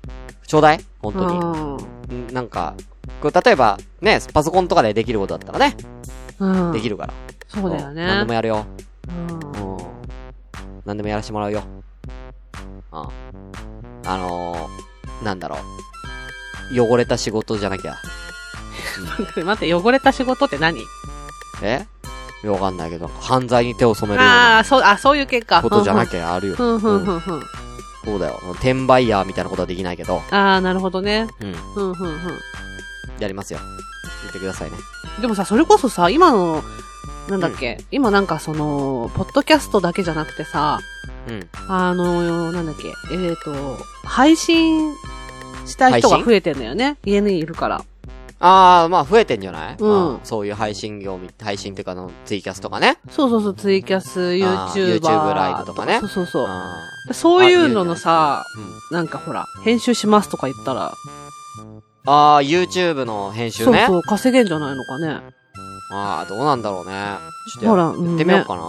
Speaker 5: ちょうだい本
Speaker 2: う
Speaker 5: 当
Speaker 2: ん。
Speaker 5: に。んなんか、これ例えば、ね、パソコンとかでできることだったらね、
Speaker 2: うん。
Speaker 5: できるから。
Speaker 2: そうだよね。
Speaker 5: ん何でもやるよ。
Speaker 2: うん
Speaker 5: うん。何でもやらしてもらうよ。うん。あのー、なんだろう。汚れた仕事じゃなきゃ。
Speaker 2: 待って、汚れた仕事って何
Speaker 5: えわかんないけど、犯罪に手を染めるよう
Speaker 2: あ
Speaker 5: な
Speaker 2: あ、そう、あ、そういう結果。
Speaker 5: ことじゃな
Speaker 2: ゃ。
Speaker 5: きゃあるよ。
Speaker 2: うん、うん、う
Speaker 5: うん
Speaker 2: ん、うん。
Speaker 5: そうだよ。転売ヤーみたいなことはできないけど、
Speaker 2: ああ、なるほどね。
Speaker 5: うん。
Speaker 2: うん、うん、うん。
Speaker 5: やりますよ。言ってくださいね。
Speaker 2: でもさ、それこそさ、今の、なんだっけ、今なんかその、ポッドキャストだけじゃなくてさ、
Speaker 5: うん。
Speaker 2: あの、なんだっけ、えっ、と、配信した人が増えてんだよね。家にいるから。
Speaker 5: ああ、まあ増えてんじゃない
Speaker 2: うん
Speaker 5: あーそういう配信業み、配信っていうかあの、ツイキャスとかね。
Speaker 2: そうそうそう、ツイキャス、
Speaker 5: あー
Speaker 2: YouTuber。
Speaker 5: YouTube ライブとかね
Speaker 2: そうそうそう。
Speaker 5: あ
Speaker 2: そういうののさ、
Speaker 5: ーうん。
Speaker 2: なんかほら、編集しますとか言ったら、
Speaker 5: ああ、YouTube の編集
Speaker 2: そう
Speaker 5: ね。
Speaker 2: そう、稼げんじゃないのかね。
Speaker 5: ああ、どうなんだろうね。ちょっとや
Speaker 2: ほら、うん
Speaker 5: やってみようかな。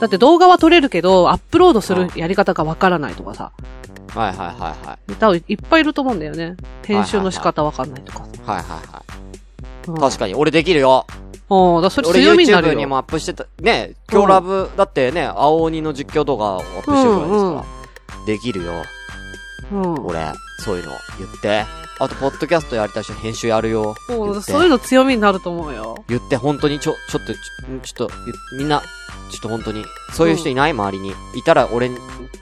Speaker 2: だって動画は撮れるけど、アップロードするやり方がわからないとかさ、
Speaker 5: はいはいはいはい。
Speaker 2: 多分いっぱいいると思うんだよね。編集の仕方わかんないとかさ。
Speaker 5: はいはいはい。
Speaker 2: うん
Speaker 5: 確かに、俺できるよ。
Speaker 2: ああ、だからそれ
Speaker 5: 俺
Speaker 2: 強みになる
Speaker 5: YouTube
Speaker 2: よ。
Speaker 5: にもアップしてた。ね、今日ラブ、だってね、青鬼の実況動画をアップしてるぐらいです
Speaker 2: うん
Speaker 5: か
Speaker 2: うん
Speaker 5: ら。できるよ。
Speaker 2: うん。
Speaker 5: 俺、そういうの言って。あと、ポッドキャストやりたい人編集やるよ。
Speaker 2: も
Speaker 5: 言
Speaker 2: う
Speaker 5: って
Speaker 2: そういうの強みになると思うよ。
Speaker 5: 言って、本当にちょ、ちょっと、ちょちょっと、ゆみんな、ちょっと本当に、そういう人いない周りに。いたら俺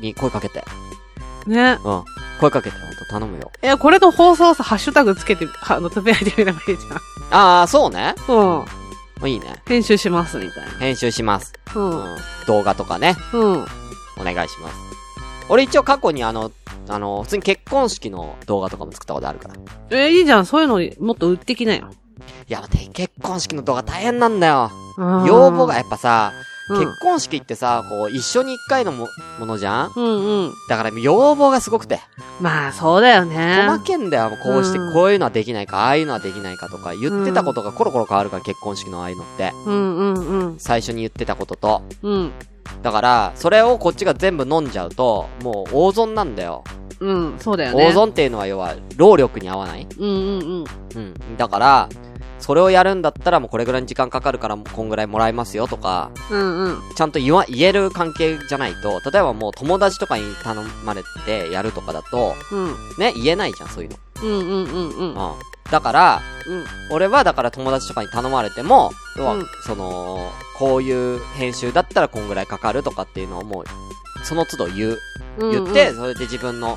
Speaker 5: に声かけて。
Speaker 2: ね。
Speaker 5: うん。声かけて、本当頼むよ。
Speaker 2: いや、これの放送さ、ハッシュタグつけて、あの、つぶやいてみればいいじ
Speaker 5: ああ、そうね。
Speaker 2: ゃん。うん。
Speaker 5: いいね。
Speaker 2: 編集します、みたい
Speaker 5: 編集します。
Speaker 2: な。う。
Speaker 5: うんん。動画とかね。
Speaker 2: うん。
Speaker 5: お願いします。俺一応過去にあの、あの、普通に結婚式の動画とかも作ったことあるから。い
Speaker 2: え、いいじゃん。そういうのもっと売ってきなよ。
Speaker 5: や、待って、結婚式の動画大変なんだよ。
Speaker 2: うん
Speaker 5: 要望がやっぱさ、
Speaker 2: うん
Speaker 5: 結婚式ってさ、こう、一緒に一回のもものじゃん
Speaker 2: うんうん。
Speaker 5: だから要望がすごくて。
Speaker 2: まあ、そうだよね。
Speaker 5: 細けんだよ、もうこうして、
Speaker 2: うん
Speaker 5: こういうのはできないか、ああいうのはできないかとか、言ってたことがコロコロ変わるから、結婚式のああいうのって。
Speaker 2: うんうんうん。
Speaker 5: 最初に言ってたことと。
Speaker 2: うん。
Speaker 5: だから、それをこっちが全部飲んじゃうと、もう大損なんだよ。
Speaker 2: うん。そうだよね。
Speaker 5: 大損っていうのは要は、労力に合わない
Speaker 2: うんうんうん。
Speaker 5: うん。だから、それをやるんだったらもうこれぐらいに時間かかるからこんぐらいもらえますよとか、
Speaker 2: うんうん。
Speaker 5: ちゃんと言わ、言える関係じゃないと、例えばもう友達とかに頼まれてやるとかだと、
Speaker 2: うん。
Speaker 5: ね、言えないじゃん、そういうの。
Speaker 2: うんうんうんう
Speaker 5: う
Speaker 2: ん。
Speaker 5: ん。だから、
Speaker 2: うん。
Speaker 5: 俺はだから友達とかに頼まれても、要は
Speaker 2: うん
Speaker 5: その、こういう編集だったらこんぐらいかかるとかっていうのをもう、その都度言う。言って、それで自分の、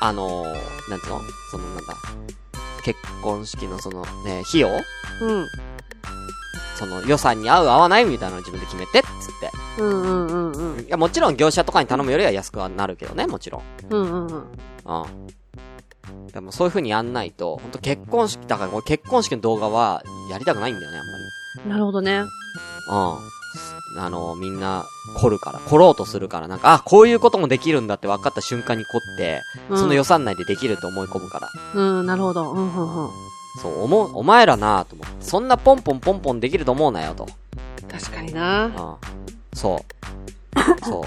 Speaker 5: あのーなんていうのそのなんだ、結婚式のそのね、費用
Speaker 2: うん。
Speaker 5: その予算に合う合わないみたいなのを自分で決めて、つって。
Speaker 2: うんうんうんうん。
Speaker 5: いや、もちろん業者とかに頼むよりは安くはなるけどね、もちろん。
Speaker 2: うんうんうん。
Speaker 5: うん。でもそういう風にやんないと、ほんと結婚式、だから俺結婚式の動画はやりたくないんだよね、
Speaker 2: なるほどね。
Speaker 5: あんまり。うん。あの、みんな、凝るから、凝ろうとするから、なんか、あ、こういうこともできるんだって分かった瞬間に凝って、
Speaker 2: うん
Speaker 5: その予算内でできると思い込むから。
Speaker 2: うん、なるほど。うんうんうん。
Speaker 5: そう、思う、お前らなぁと思って、そんなポンポンポンポンできると思うなよと。
Speaker 2: 確かにな。
Speaker 5: うん。 そう。そう。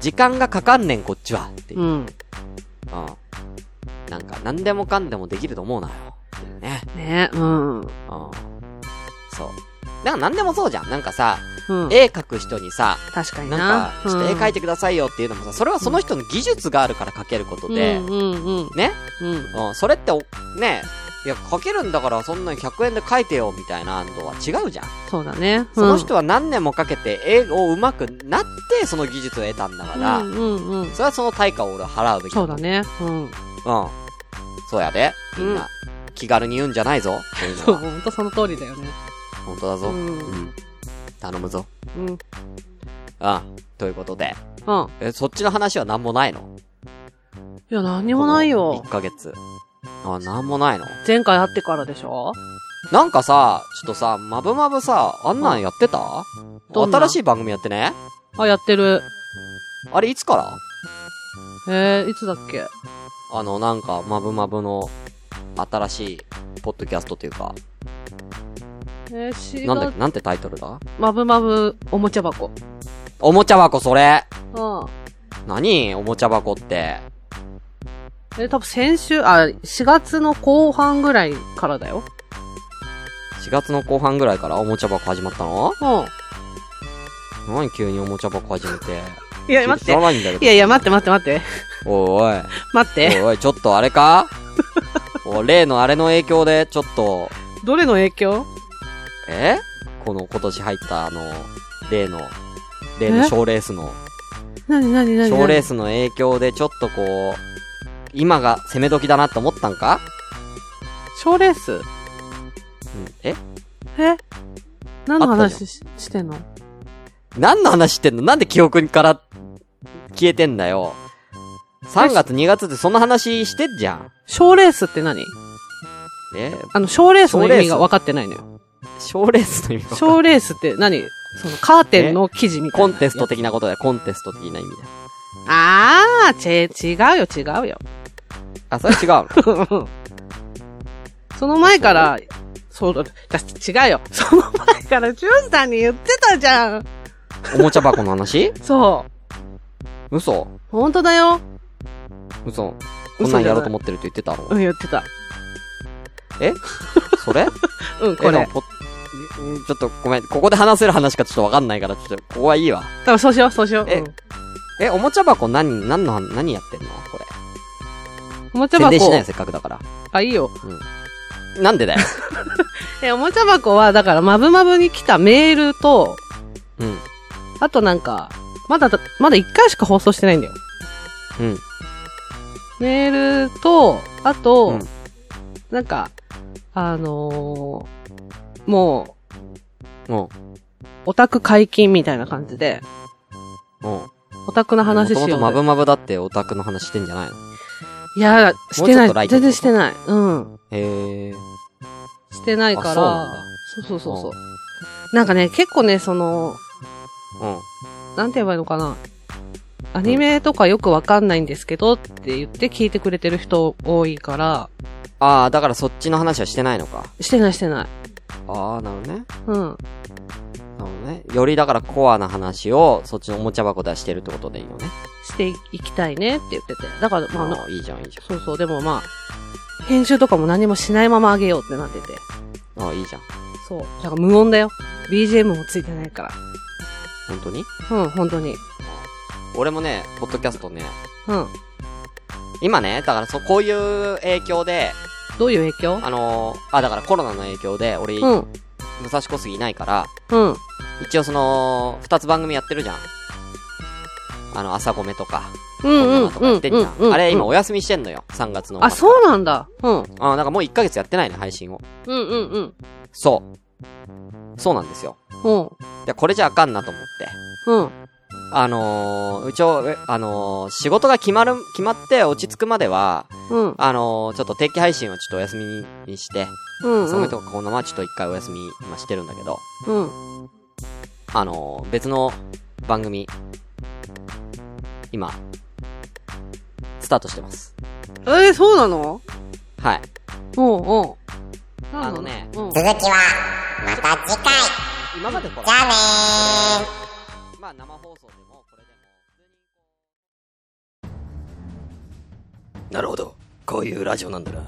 Speaker 5: 時間がかかんねん、こっちは。っていう。
Speaker 2: う
Speaker 5: うん。
Speaker 2: ん。
Speaker 5: なんか、何でもかんでもできると思うなよ。っていうね。
Speaker 2: ね。う
Speaker 5: う
Speaker 2: ん。うん。
Speaker 5: ん。そう。なんか何でもそうじゃん。なんかさ、絵描く人にさ、
Speaker 2: 確かにな。
Speaker 5: なんか、ちょっと絵描い
Speaker 2: て
Speaker 5: てくださいよっていうのもさ、それはその人の技術があるから描けることで、
Speaker 2: うんうんうん。
Speaker 5: ね。
Speaker 2: うん。
Speaker 5: うん、それってお、ねいや、描けるんだからそんなに100円で描いてよみたいなのは違うじゃん。
Speaker 2: そうだね。
Speaker 5: その人は何年もかけて絵を上手くなってその技術を得たんだか
Speaker 2: うん
Speaker 5: ら、
Speaker 2: うんうんうん。
Speaker 5: それはその対価を俺は払うべき。
Speaker 2: そうだ。ね。うん。
Speaker 5: うん。そうやで。みんな、気軽に言うんじゃないぞ。そういうの
Speaker 2: そう、
Speaker 5: は。
Speaker 2: ほんとその通りだよね。
Speaker 5: 本当だ
Speaker 2: う。
Speaker 5: ぞ。うん
Speaker 2: うん。
Speaker 5: ん。頼むぞ。
Speaker 2: うん。
Speaker 5: うん。ということで。
Speaker 2: うん。
Speaker 5: え、そっちの話は何もないの
Speaker 2: いや、何にもないよ
Speaker 5: 1。ヶ月。あ、何もないの
Speaker 2: 前回会ってからでしょ
Speaker 5: なんかさ、ちょっとさ、まぶまぶさ、あんなんやってた
Speaker 2: どんな
Speaker 5: 新しい番組やってね
Speaker 2: あ、やってる。
Speaker 5: あれいつから
Speaker 2: えー、いつだっけ
Speaker 5: あの、なんか、まぶまぶの、新しい、ポッドキャストというか、
Speaker 2: えー、4
Speaker 5: なんだっ
Speaker 2: 月
Speaker 5: け、なんてタイトルだ
Speaker 2: まぶまぶおもちゃ箱。
Speaker 5: おもちゃ箱、それ
Speaker 2: うん。
Speaker 5: 何おもちゃ箱って。
Speaker 2: えー、多分先週、あ、4月の後半ぐらいからだよ。
Speaker 5: 4月の後半ぐらいからおもちゃ箱始まったの
Speaker 2: うん。
Speaker 5: 何急におもちゃ箱始めて。
Speaker 2: いや、待っ
Speaker 5: 知ら
Speaker 2: て。
Speaker 5: ないんだけど。
Speaker 2: いやいや、待って待って待って。
Speaker 5: おい
Speaker 2: 待っ
Speaker 5: おい。
Speaker 2: て。
Speaker 5: おいおい、ちょっとあれ かお例のあれの影響で、ちょっと、
Speaker 2: どれの影響
Speaker 5: えこの今年入ったあの、例の、例の
Speaker 2: え
Speaker 5: 賞レースの、
Speaker 2: なになになに
Speaker 5: 賞レースの影響でちょっとこう、今が攻め時だなって思ったんか、
Speaker 2: 賞レース
Speaker 5: うん、え
Speaker 2: え何の
Speaker 5: あったじ
Speaker 2: 話ししてんの
Speaker 5: 何の話してんのなんで記憶から消えてんだよ。3月2月ってそんな話してんじゃん。
Speaker 2: 賞レースって何
Speaker 5: え
Speaker 2: あの、賞レースの
Speaker 5: 賞レ
Speaker 2: 意
Speaker 5: ース
Speaker 2: 味が分かってないのよ。
Speaker 5: 賞レースの意味わかんない
Speaker 2: 賞レースって何そのカーテンの生地みたい
Speaker 5: コ
Speaker 2: な。
Speaker 5: ンテスト的なことだよ。コンテスト的な意味だよ。
Speaker 2: あー、ち、違うよ、違うよ。
Speaker 5: あ、それ違うの
Speaker 2: その前から、そうだ、だ違うよ。その前から、ジュンさんに言ってたじゃん。
Speaker 5: おもちゃ箱の話
Speaker 2: そ
Speaker 5: 嘘
Speaker 2: う。本当だよ。
Speaker 5: 嘘。こんな
Speaker 2: 嘘
Speaker 5: ん
Speaker 2: じゃない
Speaker 5: やろうと思ってるって言ってたの
Speaker 2: うん、言ってた。
Speaker 5: えそれ
Speaker 2: うん、こ
Speaker 5: え
Speaker 2: れ
Speaker 5: で。もポうんちょっとごめん、ここで話せる話かちょっとわかんないから、ちょっと、ここはいいわ。
Speaker 2: 多分そうしよう、そうしよう。
Speaker 5: え
Speaker 2: うん
Speaker 5: え、おもちゃ箱何、何の、何やってんのこれ。
Speaker 2: おもちゃ
Speaker 5: 宣
Speaker 2: 箱
Speaker 5: 伝しないよ、。せっかくだから。
Speaker 2: あ、いいよ。
Speaker 5: なん でだよ。
Speaker 2: え、おもちゃ箱は、だから、まぶまぶに来たメールと、
Speaker 5: うん。
Speaker 2: あとなんか、まだ、まだ1回しか放送してないんだよ。
Speaker 5: うん。
Speaker 2: メールと、あと、
Speaker 5: うん
Speaker 2: なんか、あのーも
Speaker 5: も
Speaker 2: う、オタク解禁みたいな感じで、
Speaker 5: う、も
Speaker 2: オタクの
Speaker 5: う。
Speaker 2: 話しよ
Speaker 5: も
Speaker 2: う
Speaker 5: と
Speaker 2: ぜ。
Speaker 5: もとまぶまぶだってオタクの話してんじゃないの
Speaker 2: いや、し
Speaker 5: もうちょっと
Speaker 2: て
Speaker 5: ラ
Speaker 2: な
Speaker 5: イ
Speaker 2: い。
Speaker 5: ト
Speaker 2: 全
Speaker 5: に
Speaker 2: 然してない。うん。
Speaker 5: へえ。
Speaker 2: してないから。
Speaker 5: あそうなんだ
Speaker 2: そうそうそうそう。なんかね、結構ね、その、
Speaker 5: うん。
Speaker 2: なんて言えばいいのかな。アニメとかよくわかんないんですけどって言って聞いてくれてる人多いから、
Speaker 5: ああ、だからそっちの話はしてないのか。
Speaker 2: してないしてない。
Speaker 5: ああ、なるほどね。
Speaker 2: うん。
Speaker 5: なるほどね。よりだからコアな話を、そっちのおもちゃ箱ではしてるってことでいいよね。
Speaker 2: していきたいねって言ってて。だから、まあ、
Speaker 5: あー、いいじゃん、いいじゃ
Speaker 2: そうそう、でもまあ、編集とかも何もしないままあげようってなってて。
Speaker 5: ん。あいいじゃん。
Speaker 2: そう。だから無音だよ。BGM もついてないか
Speaker 5: 本当に
Speaker 2: ら。うん、本当に。
Speaker 5: 俺もね、ポッドキャストね、
Speaker 2: うん。
Speaker 5: 今ね、だからそう、こういう影響で、
Speaker 2: どういう影響
Speaker 5: あのーあ、だからコロナの影響で、俺、
Speaker 2: う
Speaker 5: 武
Speaker 2: ん。
Speaker 5: 蔵小杉いないから、
Speaker 2: うん。
Speaker 5: 一応その、二つ番組やってるじゃん。あの、朝米とか、
Speaker 2: う
Speaker 5: こ
Speaker 2: ん
Speaker 5: んな
Speaker 2: うん
Speaker 5: のとかやってんじゃ。
Speaker 2: うんうんん。
Speaker 5: あれ、今お休みしてんのよ、3月の。
Speaker 2: あ、そうなんだ。うん。うん
Speaker 5: あ、なんかもう1ヶ月やってないの、配信を。
Speaker 2: うんうん。
Speaker 5: そう。そうなんですよ。
Speaker 2: うん。
Speaker 5: いや、これじゃあかんなと思って。
Speaker 2: うん。
Speaker 5: あのー、うちを、えあのー、仕事が決まる、決まって落ち着くまでは、
Speaker 2: うん。
Speaker 5: あのー、ちょっと定期配信をちょっとお休みにして、
Speaker 2: うん。
Speaker 5: そのとかこのままちょっと一回お休み今してるんだけど、
Speaker 2: うん。
Speaker 5: あのー、別の番組、今、スタートしてます。
Speaker 2: えー、そうなの
Speaker 5: はい。
Speaker 2: うんうん。
Speaker 5: あのね
Speaker 2: う
Speaker 5: 今
Speaker 2: ん。
Speaker 5: までほら。まあ生放送でも、これでも。
Speaker 4: なるほど。こういうラジオなんだな。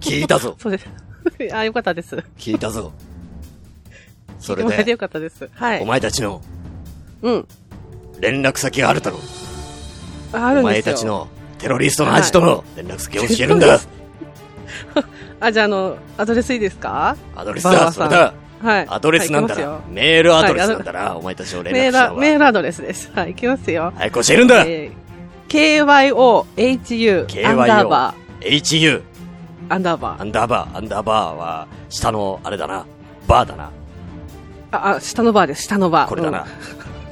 Speaker 4: 聞いたぞ。
Speaker 2: そうです。 あ、よかったです。
Speaker 4: 聞い たぞ。それ
Speaker 2: もらえて
Speaker 4: で、
Speaker 2: よかったです。は
Speaker 4: お
Speaker 2: い。
Speaker 4: 前たちの
Speaker 2: うん。
Speaker 4: 連絡先があるだろう。
Speaker 2: ああ
Speaker 4: お
Speaker 2: るんで
Speaker 4: 前
Speaker 2: す
Speaker 4: た
Speaker 2: よ。
Speaker 4: ち。のテロリストのアジトの連絡先を教えるん
Speaker 2: は
Speaker 4: だ
Speaker 2: い。あ、じゃあ、あの、アドレスいいですか
Speaker 4: アドレス
Speaker 2: バーバ
Speaker 4: だ、
Speaker 2: ー
Speaker 4: そ
Speaker 2: さん
Speaker 4: れだ。
Speaker 2: はい。
Speaker 4: アドレスなんだ
Speaker 2: はい行
Speaker 4: な
Speaker 2: き。ま
Speaker 4: メールアドレスなんだな。お前たちを
Speaker 2: すよ
Speaker 4: 連
Speaker 2: メー
Speaker 4: 絡した
Speaker 2: ル、
Speaker 4: の
Speaker 2: メー
Speaker 4: は。
Speaker 2: ルアドレスです。はい、行きますよ。
Speaker 4: 早く教えるんだ
Speaker 2: えー、kyohu, アンダーバ
Speaker 4: !HU、
Speaker 2: ー、アンダーバ
Speaker 4: ア
Speaker 2: ー。
Speaker 4: ンダーバー、アンダーバーは、下の、あれだな。バーだな。
Speaker 2: あ、あ、下のバーです、下のバー。
Speaker 4: これだな。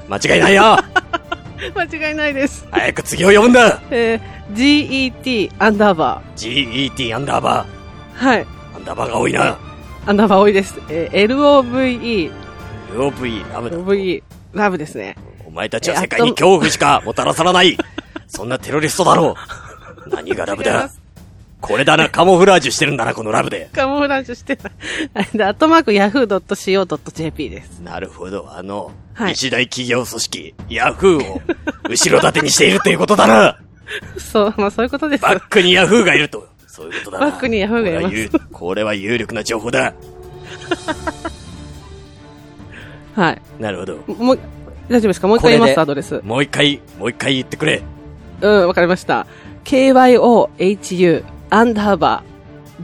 Speaker 4: 間違いないよ
Speaker 2: うん。間違いないです。
Speaker 4: 早く次を読むんだ
Speaker 2: えー、get, アンダーバ
Speaker 4: !GET アンダーバ
Speaker 2: ー。はい。
Speaker 4: ー。アンダーバーが多いな。
Speaker 2: アンダーバー多いです。えー、love,
Speaker 4: LOVE、ラブだ。
Speaker 2: love, ラブですね。
Speaker 4: お前たちは世界に恐怖しかもたらさらない。そんなテロリストだろう。何がラブ
Speaker 2: 違いま
Speaker 4: だ
Speaker 2: す
Speaker 4: これだな、カモフラージュしてるんだな、このラブで。
Speaker 2: カモフラージュしてた。でアットマーク yahoo.co.jp です。
Speaker 4: なるほど、あの、
Speaker 2: はい
Speaker 4: 一大企業組織、ヤフーを、後ろ盾にしているっていうことだな。
Speaker 2: そう、まあそういうことです。
Speaker 4: バックにヤフーがいると。そういうことだな。
Speaker 2: バックにヤフーがいます
Speaker 4: これは有これは有力な情報だ。
Speaker 2: はい。
Speaker 4: なるほど。
Speaker 2: もう、大丈夫ですかもう一回言います、アドレス。
Speaker 4: もう一回、もう一回言ってくれ。
Speaker 2: うん、わかりました。kyohu アンダーバ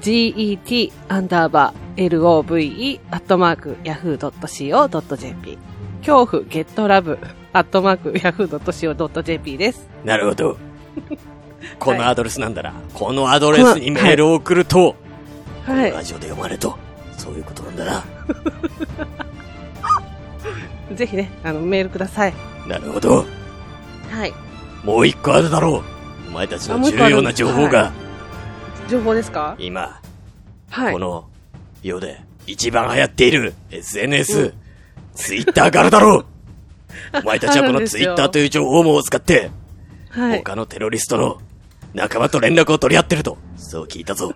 Speaker 2: ー get アンダーバー love アットマーク yahoo.co.jp 恐怖 getlove アットマーク yahoo.co.jp です。
Speaker 4: なるほど。このアドレスなんだな。このアドレスにメールを送ると、
Speaker 2: はい。
Speaker 4: ラジオで読まれと。そういうことなんだな。
Speaker 2: ぜひね、あの、メールください。
Speaker 4: なるほど。
Speaker 2: はい。
Speaker 4: もう一個あるだろう。お前たちの重要な情報が、
Speaker 2: 情報ですか
Speaker 4: 今、
Speaker 2: はい
Speaker 4: こ。の世で一番流行っている SNS、ツイッターがあるだろう。お前たち
Speaker 2: あ
Speaker 4: はこ
Speaker 2: るん
Speaker 4: の
Speaker 2: です
Speaker 4: ツ
Speaker 2: よ
Speaker 4: イッターという情報網を使って、
Speaker 2: はい。
Speaker 4: 他のテロリストの仲間と連絡を取り合ってると、そう聞いたぞ。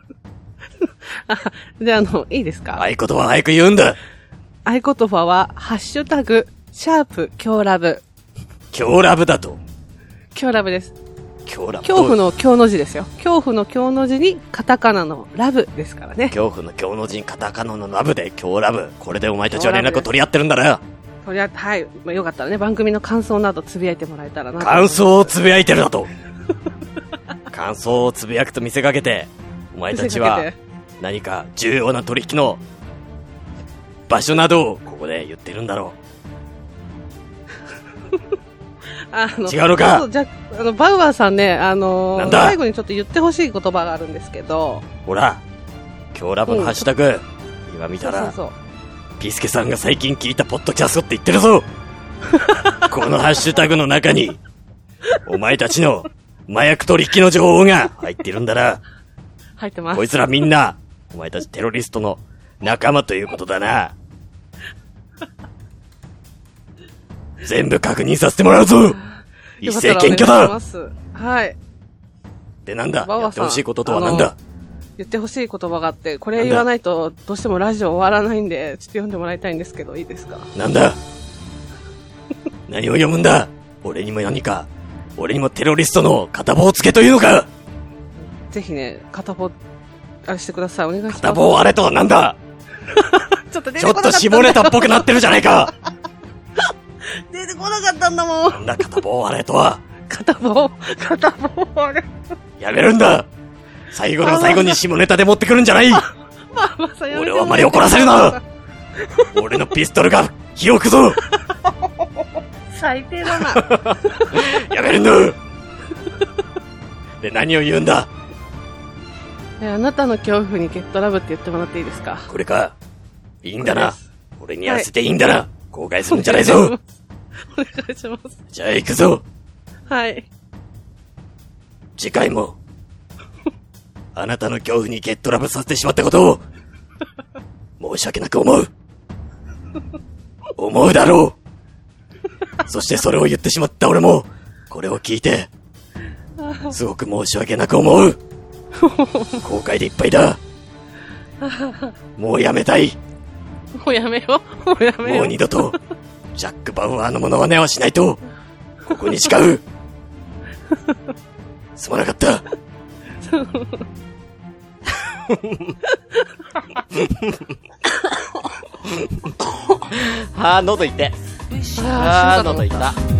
Speaker 2: あ じゃあ、あの、いいですか
Speaker 4: 合言葉は早く言うんだ。
Speaker 2: 合言葉は、ハッシュタグ、シャープ、強ラブ。
Speaker 4: 今日ラブだと。
Speaker 2: 強ラブです。
Speaker 4: 今日ラブと。
Speaker 2: 恐怖の強の字ですよ。恐怖の強の字に、カタカナのラブですからね。
Speaker 4: 恐怖の強の人カタカナのラブで今日ラブ。これでお前たちは連絡を取り合ってるんだな。
Speaker 2: とりあえず、はい。まあ、よかったらね、番組の感想などつぶやいてもらえたらな。
Speaker 4: 感想をつぶやいてるだと感想をつぶやくと見せかけてお前たち
Speaker 2: 見せ
Speaker 4: は
Speaker 2: かけて
Speaker 4: 何か重要な取引の場所などをここで言ってるんだろ
Speaker 2: あの
Speaker 4: 違うのか
Speaker 2: ちょっとじゃあの、バウアーさんね、あの
Speaker 4: なんだ
Speaker 2: 最後にちょっと言ってほしい言葉があるんですけど、
Speaker 4: うほら今日ラブのハッシュタグ、今見たら
Speaker 2: そうそう
Speaker 4: ピースケさんが最近聞いたポッドキャストって言って るぞこのハッシュタグの中にお前たちの麻薬取引の情報が入ってるんだな
Speaker 2: そう、入ってます。
Speaker 4: こいつらみんな、お前たちテロリストの仲間ということだな。全部確認させてもらうぞ一
Speaker 2: よかった
Speaker 4: 斉
Speaker 2: ら
Speaker 4: 検挙
Speaker 2: お願
Speaker 4: だ
Speaker 2: いしますはい。
Speaker 4: でなんだ
Speaker 2: バオ
Speaker 4: や
Speaker 2: さん
Speaker 4: ってほしいこととはなんだ
Speaker 2: 言ってほしい言葉があって、これ言わないと、どうしてもラジオ終わらないんで、ちょっと読んでもらいたいんですけど、いいですか
Speaker 4: なんだ何を読むんだ俺にも何か、俺にもテロリストの片棒つけというのか
Speaker 2: ぜひね、片棒、あれしてください。お願いします。
Speaker 4: 片棒あれとはなんだ
Speaker 2: ちょっと出
Speaker 4: ちょっと下ネタっぽくなってるじゃないか
Speaker 2: 出てこなかったんだもん
Speaker 4: なんだ片棒あれとは、
Speaker 2: 片棒、片棒あれ。
Speaker 4: やめるんだ最後の最後に下ネタで持ってくるんじゃない
Speaker 2: まあまあ、さやめて
Speaker 4: 俺をあまり怒らせるな俺のピストルが火を吹くぞ
Speaker 2: 最低だな。
Speaker 4: やめる んだで、何を言うんだ
Speaker 2: えあなたの恐怖にゲットラブって言ってもらっていいですか
Speaker 4: これか。いいんだ
Speaker 2: これ
Speaker 4: な
Speaker 2: で。
Speaker 4: 俺に合わせていいんだな。後悔するんじゃないぞ。
Speaker 2: お願いします。
Speaker 4: じゃあ行くぞ。
Speaker 2: はい。
Speaker 4: 次回も、 あなたの恐怖にゲットラブさせてしまったことを、申し訳なく思う。思うだろう。そしてそれを言ってしまった俺も、これを聞いて、すごく申し訳なく思う。後悔でいっぱいだ。もうやめたい。
Speaker 2: もうやめよう。もうやめよう。
Speaker 4: もう二度と、ジャック・バウアーのモノマネはしないと、ここに誓う。すまな かった。
Speaker 5: あー、喉痛い。
Speaker 2: あー
Speaker 5: あー、喉痛い。